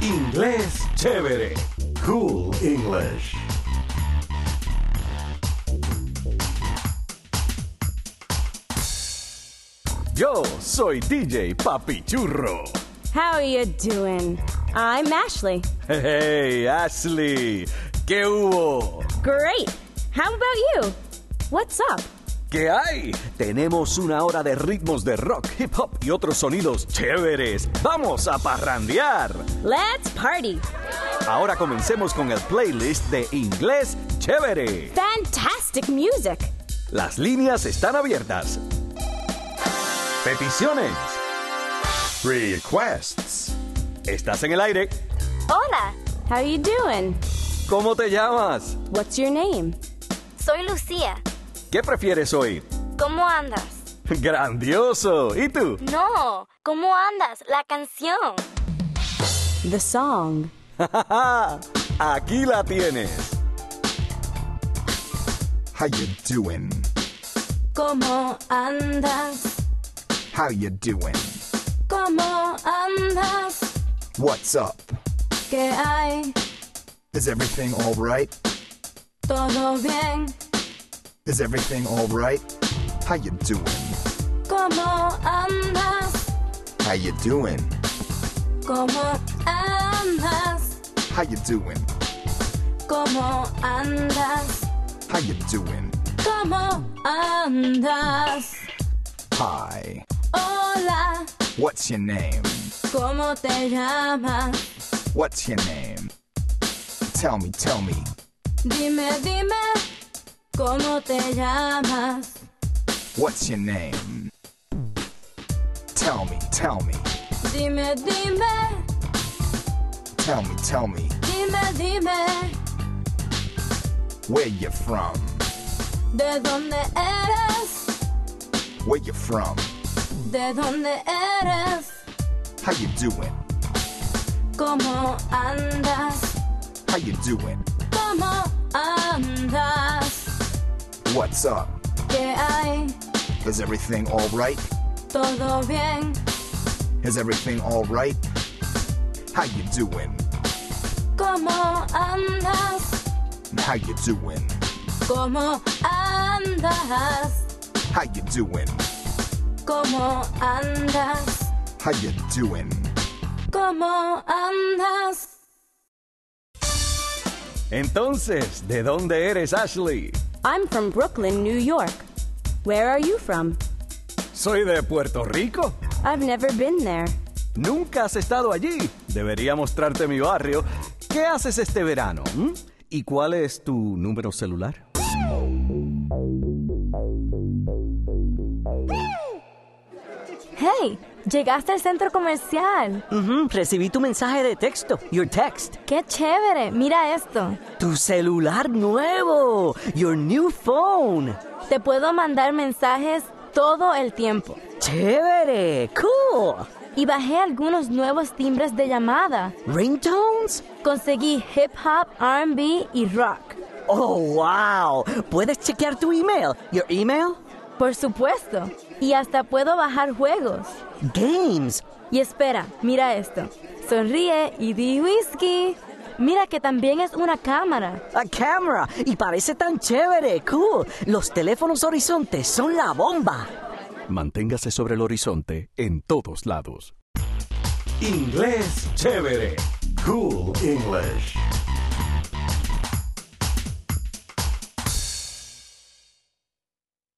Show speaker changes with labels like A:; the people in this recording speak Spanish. A: Inglés chévere. Cool English. Yo soy DJ Papichurro.
B: How are you doing? I'm Ashley.
A: Hey, Ashley. ¿Qué hubo?
B: Great. How about you? What's up?
A: ¿Qué hay? Tenemos una hora de ritmos de rock, hip hop y otros sonidos chéveres. ¡Vamos a parrandear!
B: Let's party.
A: Ahora comencemos con el playlist de Inglés Chévere.
B: Fantastic music.
A: Las líneas están abiertas. Peticiones. Requests. Estás en el aire.
C: Hola,
B: How you doing?
A: ¿Cómo te llamas?
B: What's your name?
C: soy Lucía.
A: ¿Qué prefieres hoy?
C: ¿Cómo andas?
A: Grandioso. ¿Y tú?
C: No, ¿cómo andas? La canción.
B: The song.
A: Aquí la tienes.
D: How you doing?
C: ¿Cómo andas?
D: How you doing?
C: ¿Cómo andas?
D: What's up?
C: ¿Qué hay?
D: Is everything all right?
C: ¿Todo bien?
D: Is everything all right? How you doing?
C: ¿Cómo andas?
D: How you doing?
C: ¿Cómo andas?
D: How you doing?
C: ¿Cómo andas?
D: How you doing?
C: ¿Cómo andas?
D: Hi.
C: Hola,
D: What's your name?
C: ¿cómo te llamas?
D: What's your name? Tell me, tell me.
C: Dime, dime, ¿cómo te llamas?
D: What's your name? Tell me, tell me.
C: Dime, dime.
D: Tell me, tell me.
C: Dime, dime,
D: Where you from?
C: ¿de dónde eres?
D: Where you from?
C: ¿De dónde eres?
D: How you doing?
C: ¿Cómo andas?
D: How you doing?
C: ¿Cómo andas?
D: What's up?
C: ¿Qué hay?
D: Is everything all right?
C: ¿Todo bien?
D: Is everything all right? How you doing?
C: ¿Cómo andas?
D: How you doing?
C: ¿Cómo andas?
D: How you doing?
C: ¿Cómo andas?
D: How you doing?
C: ¿Cómo andas?
A: Entonces, ¿de dónde eres, Ashley?
B: I'm from Brooklyn, New York. Where are you from?
A: Soy de Puerto Rico.
B: I've never been there.
A: ¿Nunca has estado allí? Debería mostrarte mi barrio. ¿Qué haces este verano? mm? ¿Y cuál es tu número celular?
C: Hey, llegaste al centro comercial.
E: Ujú, Mm-hmm. Recibí tu mensaje de texto, your text.
C: ¡Qué chévere! Mira esto.
E: Tu celular nuevo, your new phone.
C: Te puedo mandar mensajes todo el tiempo.
E: Chévere, cool.
C: Y bajé algunos nuevos timbres de llamada.
E: Ringtones?
C: Conseguí hip hop, RB y rock.
E: Oh, wow. ¿Puedes chequear tu email? Your email?
C: Por supuesto. Y hasta puedo bajar juegos.
E: Games.
C: Y espera, mira esto. Sonríe y di whisky. Mira que también es una cámara.
E: A camera. Y parece tan chévere, cool. Los teléfonos horizontes son la bomba.
A: Manténgase sobre el horizonte en todos lados. Inglés chévere. Cool English.